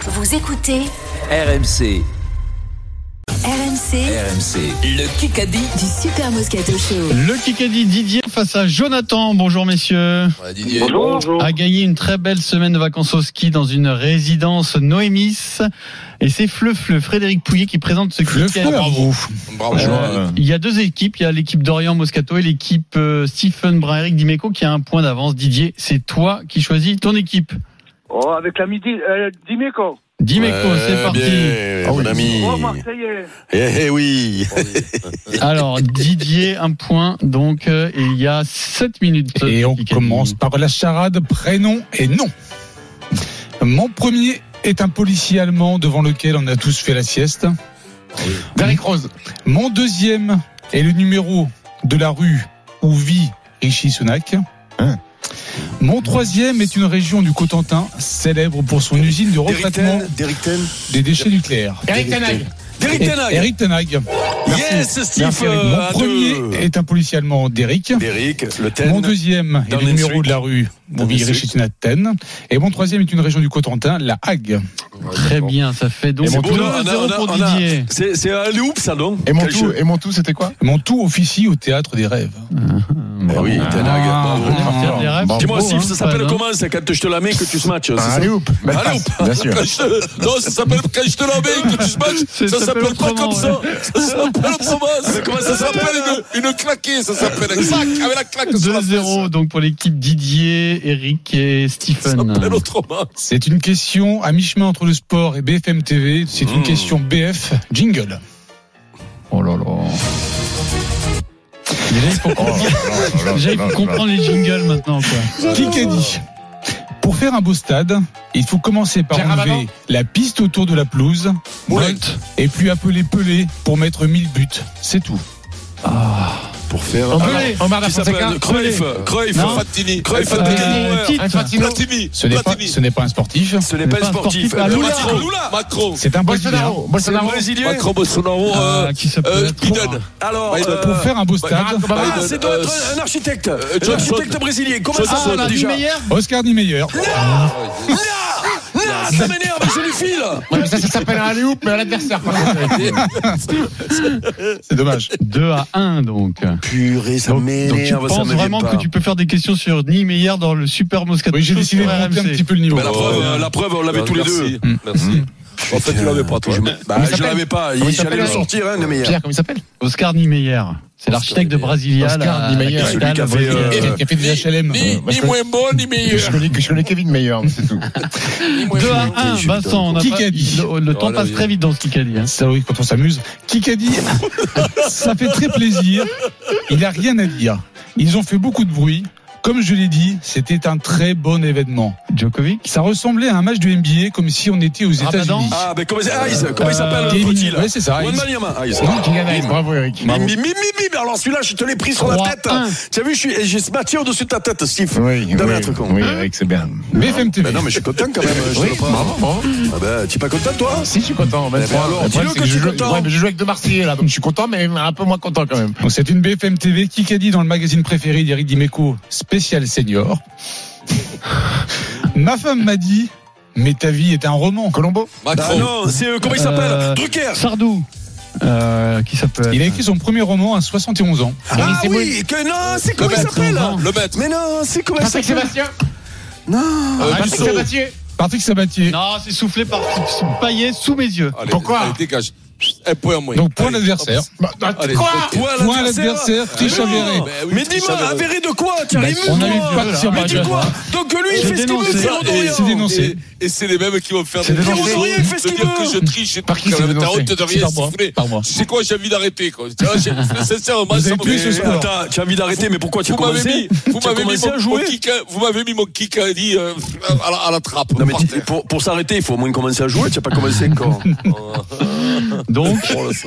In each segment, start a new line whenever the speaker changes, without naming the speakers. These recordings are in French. Vous écoutez
RMC,
RMC
RMC, le Kikadi.
du Super Moscato Show.
Le Kikadi Didier face à Jonathan. Bonjour messieurs.
Bonjour.
A gagné une très belle semaine de vacances au ski dans une résidence Noémis. Et c'est Fleuf, le Frédéric Pouillet qui présente ce Kikadi.
Bravo.
Euh, il y a deux équipes, il y a l'équipe d'Orient Moscato et l'équipe euh, Stephen Brun-Eric Dimeco qui a un point d'avance. Didier, c'est toi qui choisis ton équipe.
Oh, avec la midi, euh, Dimeco.
Dimeco, c'est
Eh
parti.
bien,
Ah
mon
oui.
ami.
Oh, Marseillais.
Eh, eh oui.
Alors Didier, un point donc, euh, et il y a 7 minutes.
Et on
Kikadi.
commence par la charade prénom et nom. Mon premier est un policier allemand devant lequel on a tous fait la sieste. Derek Rose. Mon deuxième est le numéro de la rue où vit Richie Sunak.
Hein.
Mon troisième est une région du Cotentin célèbre pour son usine de retraitement
Derrick Ten.
des déchets nucléaires.
Derrick Tenag. Derrick Tenag.
Eric Tenag.
Yes, Steve.
Merci, Eric.
euh,
Mon
à deux.
premier est un policier allemand d'Eric.
Derrick, le Ten.
Mon deuxième est
Downing
le numéro
Street.
de la rue
Downing
Montvilliers
Street.
chez Athènes. Et mon troisième est une région du Cotentin, la Hague.
Très bien, ça fait donc
Et mon
2-0
tout, on a- on a-
pour
on a-
Didier.
C'est c'est un loop, ça, non
Et mon,
Quel
tout,
jeu.
et mon tout, c'était quoi
Mon tout officie au théâtre des rêves.
Eh oui, Tenag.
Ah,
bravo.
ah,
Faire des rêves, c'est
Dis-moi,
beau,
Steve,
hein, Ah,
ça s'appelle
Fred, hein.
comment C'est quand je te la mets que tu se matches.
Un alley-oop. Belle
Allez,
passe, bien sûr.
Non, ça s'appelle quand je te la mets que tu se
C'est-
matches.
ça
Ça s'appelle
s'appelle
pas comme
autrement,
ça. Ça s'appelle autrement. Comment ça s'appelle une, une claquée Ça s'appelle un sac avec la claque sur la
2-0 donc pour l'équipe Didier, Eric et
Ça
Stephen.
s'appelle autrement.
C'est une question à mi-chemin entre le sport et BFM TV. C'est
Mmh.
une question BF jingle.
Oh là là. Déjà, il faut, comprendre- déjà, il faut comprendre les jingles maintenant. Quoi.
Oh. Qui qu'a dit Pour faire un beau stade, il faut commencer par
Pierre
enlever
Rabadant
la piste autour de la pelouse, Bolt, et puis appeler Pelé pour mettre 1000 buts. C'est tout.
Pour faire
Pelé,
Omar
Ah, Qui s'appelle Cruyff, Cruyff,
Non.
Fatini, Cruyff,
Euh,
Fatini,
euh,
Neuer,
titre.
Platini,
Ce n'est pas,
Platini.
ce n'est pas un sportif.
Ce n'est pas un sportif.
Ah,
Euh,
Lula.
Macron, Macron,
C'est un Brésilien.
Bolsonaro, Bolsonaro.
Macron, Bolsonaro, euh,
Ah, qui s'appelle
euh,
être-
Biden. Alors, euh,
Pour faire un beau stade,
ah, c'est doit être un- un architecte, un architecte brésilien. Comment ça
Ah, on a
s'appelle
dit
déjà
meilleur
Oscar Niemeyer.
Ah, Ça m'énerve, je lui file.
Ouais, mais ça, ça s'appelle un alley-oop, mais à l'adversaire. par contre.
C'est dommage.
2 à 1 donc.
Purée, ça
Donc, donc tu penses vraiment que tu peux faire des questions sur Ni Meyer dans le Super Moscato
Oui, j'ai
Show
décidé de
sur
monter un
RMC.
petit peu le niveau.
Mais la preuve, euh, la preuve, on l'avait tous les deux. Merci. En fait, tu l'avais pas, toi. Bah, Je l'avais pas. Il-
il
J'allais
s'appelle
le sortir, hein, Niemeyer.
Pierre, comment il s'appelle
Oscar Niemeyer, c'est l'architecte de Brasilia.
Oscar
la-
Niemeyer,
la
celui qui a fait,
capitale
euh,
brésilienne.
Qui a fait des HLM.
Ni,
moi, je
ni moins bon, ni meilleur.
je connais, que- je connais Kevin Meyer, mais c'est tout.
2 à 1, Vincent, on a pas-
Kikadi.
le, le temps
Voilà,
passe
oui.
très vite dans ce Kikadi. hein.
Ça oui, quand on s'amuse. Kikadi, ça fait très plaisir. Il n'y a rien à dire. Ils ont fait beaucoup de bruit. Comme je l'ai dit, c'était un très bon événement.
Djokovic
Ça ressemblait à un match de NBA comme si on était aux
Ramadan.
États-Unis.
Ah, mais comment, c'est- Ice, comment il s'appelle
Kevin-
le petit là
ouais, c'est ça.
One
Ice.
Man Yama, Ice.
Non,
Kylian Hayes, bravo Eric.
Mimi, Mimi, Mimi, alors celui-là, je te l'ai pris sur la
3,
tête.
1.
Tu as vu, je suis- j'ai ce match au-dessus de ta tête, Steve.
Oui,
Dame
oui,
un truc, on-
oui, Eric, c'est bien.
BFM TV.
Ben non, mais je suis content quand même. Je te
Oui,
le prends.
bravo, bravo.
Ah ben, tu es pas content, toi
Si, je suis content. mais
Eh
c'est
ben
bien.
alors,
Le
dis-le
problème, c'est
que tu
je
es
joue-
content.
ouais, mais je joue avec deux Marseillais, là, donc je suis content, mais un peu moins content quand même.
Donc, C'est une BFM TV Kikadi dans le magazine préféré d'Éric Dimeco, spécial senior. Ma femme m'a dit, mais ta vie est un roman.
Colombo
Ah non, c'est euh, comment il s'appelle
Euh,
Drucker
Sardou, euh, qui s'appelle
Il a écrit son premier roman à 71 ans.
Ah oui, que non, c'est comment il
maître,
s'appelle
non.
Le maître. Mais non, c'est comment il
Patrick
s'appelle
Sébastien
Non
Patrick
Dussault.
Sabatier
Patrick Sabatier.
Euh, Non, c'est soufflé par Payet sous mes yeux.
Allez,
Pourquoi
allez, dégage. Un point en moins.
Donc point à
Allez,
l'adversaire.
hop.
Bah, bah,
Allez,
Quoi Ah,
Point à l'adversaire, triche
Mais non.
avérée.
Bah
Ben oui, Mais dis-moi, avéré de quoi Tu
Ben,
arrives
on
où,
a eu
toi
pas de tir
Mais
par
dis
balle.
quoi Donc lui, il
C'est
fait ce qu'il veut,
dénoncé.
Pierre Andorian.
C'est dénoncé.
Et c'est les mêmes qui vont faire
C'est
des
dénoncé.
Pierre Odorier,
Il fait ce
de
qu'il
dire
veut.
que je triche et
Par
tout,
qui
quand
c'est
même, T'as
dénoncé
honte de rien
Par moi.
siffler.
Par moi.
Tu sais quoi, j'ai envie d'arrêter. quoi. Tu vois, j'ai- Sincèrement,
Vous
ça
avez
me
plus
fait-
ce
Mais
sport.
attends, tu as envie d'arrêter, mais pourquoi tu as
Vous m'avez
commencé
mis, vous
Tu as
m'avez mis
commencé
mon,
à
mon
jouer
kick, euh, vous m'avez mis mon kick à dit euh, à, la, à la trappe.
Non mais
par
tu-
terre.
pour, pour s'arrêter, il faut au moins commencer à jouer, tu n'as pas commencé encore. Oh,
Donc,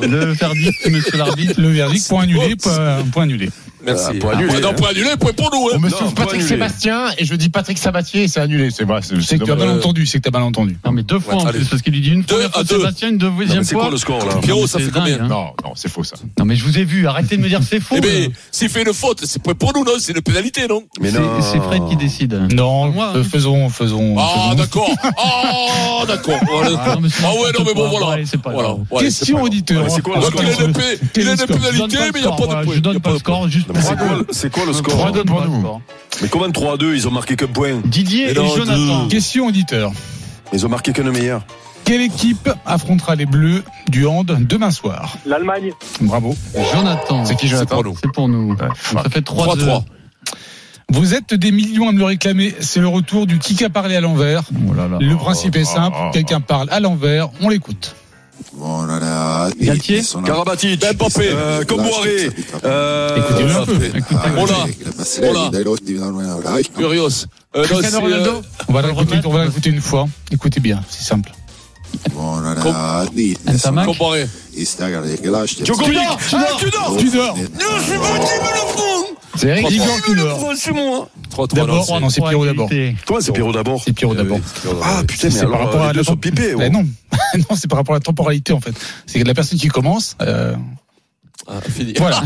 le verdict, monsieur l'arbitre.
Le verdict, point annulé, point, point annulé.
Merci.
Pour annuler,
Ah, non,
hein.
pour annuler, pour, pour nous.
On
Hein.
me
Non,
sauve
pour
Patrick
annuler.
Sébastien et je dis Patrick Sabatier et c'est annulé. C'est vrai. C'est
C'est que tu as
dommage.
mal entendu, c'est que tu as mal entendu.
Non, mais deux fois en
allez.
plus, parce qu'il lui dit une
Deux
fois
à
pour
deux.
Sébastien, une
Non,
deuxième
mais c'est
fois.
quoi le score là
Pierrot,
Non, mais
ça
c'est
fait combien
dingue, hein.
Non, non, c'est faux ça.
Non, mais je vous ai vu, arrêtez de me dire c'est faux.
Eh bien, s'il fait une faute, c'est pas pour nous, non C'est une pénalité, non
C'est c'est Fred qui décide.
Non,
Moi, hein.
euh, faisons, faisons.
Ah,
faisons.
d'accord. Ah, d'accord. Voilà.
Ah,
Ah,
non, mais c'est
ouais, non,
n'importe
mais bon,
quoi.
voilà.
Allez, c'est pas
Voilà.
grave.
Ouais,
Question
c'est
auditeur.
Ouais, c'est quoi le
pas grave.
score
Donc, il est de p-
Quel
il est de
score
Je donne
pénalité,
pas le
mais il n'y a
score,
pas
voilà,
de point.
Je
Il y
donne
a
pas le score, juste
Non, mais
pour
c'est quoi le- C'est quoi le
Je
score
donne
pour
pas le
nous.
score.
Mais comment 3-2, ils ont marqué qu'un point
Didier
Mais
et
non,
Jonathan.
Question auditeur.
Ils ont marqué qu'un meilleur.
Quelle équipe affrontera les Bleus du hand demain soir
L'Allemagne.
Bravo.
Jonathan.
C'est qui Jonathan
pour nous.
C'est pour nous. Donc, Ça fait 3
3-3.
Vous êtes des millions à me le réclamer. C'est le retour du qui a parlé à l'envers. Le principe est simple. Quelqu'un parle à l'envers, on l'écoute.
Bon, là, là.
Galtier
Ils sont là.
Karabatic,
Ben Mbappé,
euh, Comboiré,
Écoutez-le
euh,
un peu. Écoutez.
Ah,
On l'a.
il a passé la
On l'a.
ligne d'aller au- du- dans le- là, il-
Curios. Euh, non, c'est,
Cristiano
euh,
Ronaldo
On va le
remettre,
réécouter, on va l'écouter une fois. Écoutez bien, c'est simple.
Bon, là,
Com-
là. Ils sont
Ntamak.
là.
Comboiré.
Ils sont là, regardez, quel âge j'ai.
Djokovic. Ah, Oh. Tudor.
Tudor.
Non, je suis
C'est Eric
Trois,
Igor Tudor.
3-3.
D'abord, oh
non, c'est-
non, c'est Pierrot d'abord.
Toi, c'est Pierrot d'abord.
C'est Pierrot d'abord.
Ah putain, mais
C'est par rapport
alors
à
les deux
la-
sont pipés. oh.
Ben non, non, c'est par rapport à la temporalité en fait. C'est que la personne qui commence. euh,
Ah, fini.
voilà.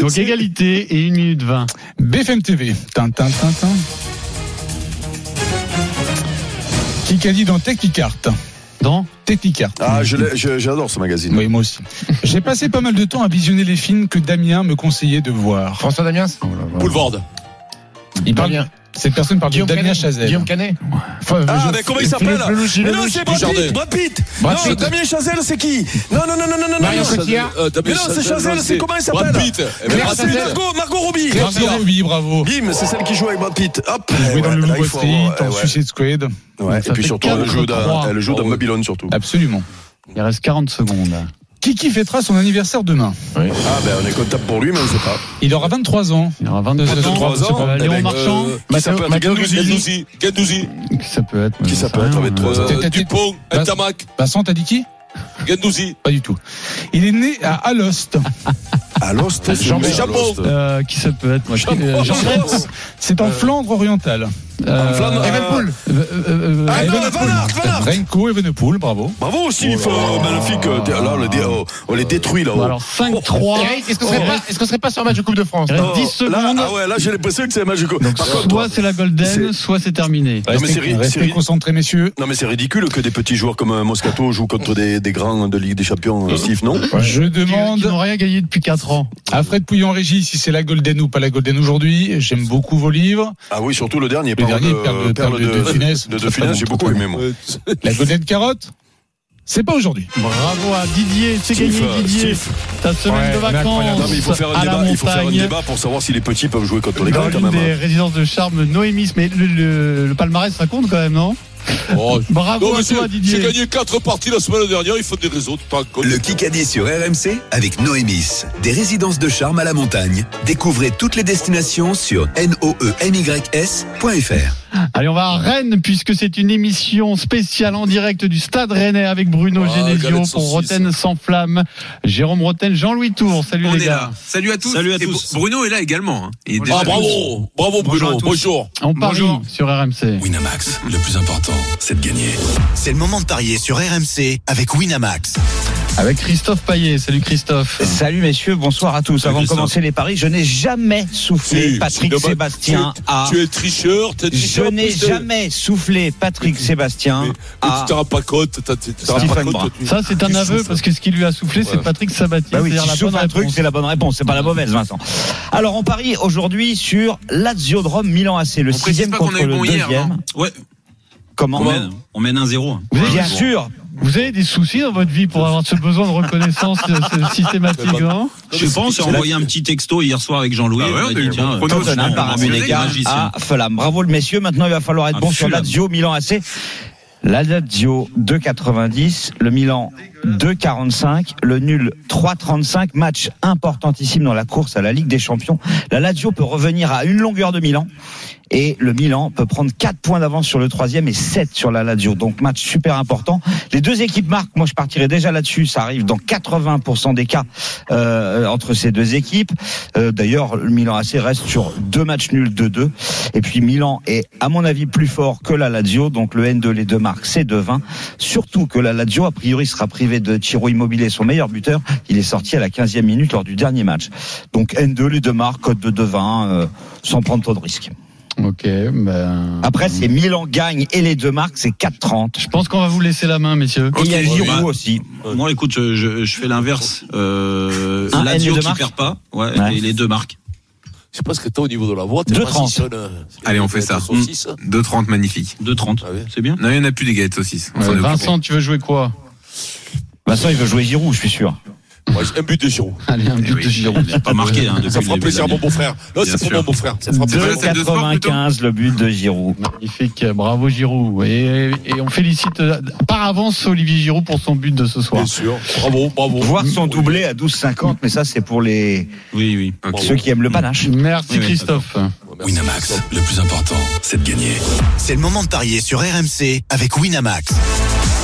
Donc égalité et 1 minute 20.
BFM TV. Tintin, tintin. Qui a dit dans Technicart
Dans
Technicart.
Ah, je l'ai- je- j'adore ce magazine.
Oui, moi aussi. J'ai passé pas mal de temps à visionner les films que Damien me conseillait de voir.
François Damiens
Oh
Boulevard.
Il parle
Damien.
Cette personne parle de Damien Chazelle.
Guillaume Canet. Enfin,
Ah,
je-
mais comment il s'appelle
Philippe Lelouch,
Mais
Lelouch,
non, c'est Brad
Dujardin.
Pitt, Brad Pitt.
Brad
Non,
Pitt.
Damien Chazelle, c'est qui Non, non, non, non, non, non, non.
Marion Cotillard.
Euh,
Mais non, c'est Chazelle, c'est comment il s'appelle
Brad Pitt. Eh ben,
Claire
Ah,
Brad
c'est
Chazelle.
Pitt.
Margot, Margot Robbie.
Margot Robbie, bravo.
Bim, c'est celle qui joue avec Brad Pitt. Hop.
Il jouait
Eh Ouais,
dans le
là,
Loup
il
Wall
faut
Street,
avoir- eh
dans
ouais, ouais.
Suicide Squad.
Ouais,
Ça
Et puis
fait
surtout, elle joue dans
4-3.
elle joue dans
Ah ouais.
Babylone surtout.
Absolument.
Il reste 40 secondes.
Kiki fêtera son anniversaire demain.
Ah ben on est comptable pour lui, mais on sait pas.
Il aura 23 ans.
Il y aura 22
23
secondes.
ans,
Ça peut être
eh
Léon
ben,
Marchand.
euh,
Qui ça peut être Gendouzi
Gendouzi. Gendouzi.
Ça peut être.
Qui ça peut être avec trois ans
Euh, Dupont.
Bah-
Ntamak.
Vincent, t'as dit qui
Gendouzi.
Pas du tout. Il est né à Alost.
Ah, À Lost, Ah, c'est
Jean-
lui, à
Jean-
Lost.
Euh, qui ça peut être moi, je- euh, Jean-
C'est
Euh.
en Flandre orientale.
euh,
Flamme-
Evenpool. Euh, euh, euh,
Ah non, Van Aert, Van Aert.
Renko Evenepoel, bravo.
Bravo Steve, euh, magnifique. euh, t'es- Là, on les, dé- oh, on les détruit là.
Bon, alors 5-3.
Eric, est-ce qu'on
Oh.
serait pas- est-ce qu'on serait pas sur un match de Coupe de France
Il reste
Oh,
10
Là,
secondes.
ah ouais, là j'ai l'impression que c'est un match. de co- Par contre,
Soit c'est la golden,
c'est- Bah,
soit c'est terminé.
non, mais c'est ri- c'est
Restez
ri-
concentrés, messieurs.
non, mais c'est ridicule que des petits joueurs comme euh, Moscato jouent contre des, des grands de Ligue des Champions, euh, Steve, non
Je
Ils
demande
n'ont rien gagné depuis 4 ans.
à Fred Pouillon Régie si c'est la Golden ou pas la Golden aujourd'hui. J'aime beaucoup vos livres.
Ah oui, surtout le dernier,
Le
Perle
dernier,
de-
Perle de-
Perle
Perle de Funès.
de- de
Très, très bon,
Funès, j'ai beaucoup
très
aimé
Euh,
moi.
La Golden Carotte, c'est pas aujourd'hui.
Bravo à Didier, c'est gagné
Steve, euh,
Didier.
Steve.
Ta semaine
Ouais,
de
on est
vacances
incroyable.
Non, mais il faut faire un
à la
débat, il faut faire un
montagne.
débat pour savoir si les petits peuvent jouer contre les
Dans
grands quand
l'une des
même. hein.
résidences de charme Noémis, mais le, le- le palmarès ça compte quand même, non
Oh,
Bravo
Non,
à
monsieur,
toi
j'ai
Didier.
gagné 4 parties la semaine dernière, il faut des réseaux de temps.
Le Kikadi sur RMC avec Noémis. Des résidences de charme à la montagne. Découvrez toutes les destinations sur E noemys.fr.
Allez, on va à Rennes puisque c'est une émission spéciale en direct du Stade Rennais avec Bruno
Ah,
Genesio
galette
pour
saucisse.
Roten sans flamme, Jérôme Roten, Jean-Louis Tour. Salut les gars.
Salut à tous. Salut à tous. Oh, Bruno est là également.
Ah bravo, bravo Bruno, bonjour.
On parie
Bonjour.
sur RMC.
Winamax, le plus important, c'est de gagner. C'est le moment de parier sur RMC avec Winamax.
Avec Christophe Paillet. Salut Christophe.
Salut messieurs, bonsoir à tous. Avant de
Christophe.
commencer les paris, je n'ai jamais soufflé
Si,
Patrick
dommage.
Sébastien
Tu es-
à.
Tu es tricheur, t'es
Je
tricheur.
n'ai
plus de-
jamais soufflé Patrick
Mais-
Sébastien
mais
Hein
à.
Tu t'en rends pas compte, t'as- tu t'en rends
Stephen
pas compte.
Brun.
toi, tu-
Ça, c'est un aveu parce que ce qui lui a soufflé, c'est Patrick Sabatier.
Bah oui,
C'est-à-dire
si
la
je souffle
bonne
un truc,
réponse.
c'est la bonne réponse, c'est pas la mauvaise, Vincent. Alors, on parie aujourd'hui sur Lazio de Rome, Milan AC, le sixième contre le deuxième.
Ouais,
Comment
on mène Ah, 1-0.
Bien sûr,
Vous avez des soucis dans votre vie pour avoir ce besoin de reconnaissance euh, ce- systématiquement
Je pense, j'ai envoyé un petit texto hier soir avec Jean-Louis. on a dit, tiens,
Tottenham par un but d'écart
magicien.
à Fulham. Bravo le messieurs, maintenant il va falloir être
Ah,
bon sur
Fulham.
Lazio, Milan AC. La Lazio 2,90, le Milan 2,45, le nul 3,35, match importantissime dans la course à la Ligue des Champions. La Lazio peut revenir à une longueur de Milan
Et le Milan peut prendre 4 points d'avance sur le troisième et 7 sur la Lazio. Donc match super important. Les deux équipes marquent. Moi, je partirai déjà là-dessus. Ça arrive dans 80% des cas euh, entre ces deux équipes. Euh, D'ailleurs, le Milan AC reste sur deux matchs nuls 2-2. Et puis Milan est, à mon avis, plus fort que la Lazio. Donc le N2, les deux marques, c'est 2-20. Surtout que la Lazio, a priori, sera privée de Tiro Immobilier, son meilleur buteur. Il est sorti à la 15e minute lors du dernier match. Donc N2, les deux marques, code de 2-20, euh, sans prendre trop de risques.
Ok, ben.
Après, c'est Milan gagne et les deux marques, c'est 4-30.
Je pense qu'on va vous laisser la main, messieurs.
Et il y a Giroud
bah,
aussi.
Non, écoute, je, je- je fais l'inverse. Euh,
Un N, les
Lazio
deux
qui
marques
perd pas, ouais,
Ouais.
Et les deux marques.
Je sais pas ce que t'as au niveau de la voix. t'es
Deux
pas
trente.
si sonne, euh,
Allez, on fait ça.
t'as saucisse.
2,30, magnifique.
2,30, c'est bien.
Non, il n'y en a plus des galettes saucisses. On s'en est
Euh,
occupé.
Vincent, tu veux jouer quoi
Vincent, il veut jouer Giroud, je suis sûr.
Moi, j'ai un but de Giroud.
Allez, un
Eh
but
oui.
de Giroud.
Il a pas marqué. Hein, depuis
Ça
le début
fera
de
plaisir à mon
l'année.
beau-frère. Là,
Bien
c'est pour
sûr.
mon beau-frère. Ça fera plaisir. à mon beau-frère.
2,95 le but de Giroud.
Magnifique, bravo Giroud. Et, et on félicite euh, par avance Olivier Giroud pour son but de ce soir.
Bien sûr. Bravo, bravo.
Voir son doublé à 12,50, mais ça, c'est pour les
Oui, oui.
Ok.
ceux qui aiment le panache.
Merci
Oui, oui,
Christophe.
Merci.
Winamax, le plus important, c'est de gagner.
C'est le moment de parier sur RMC avec Winamax.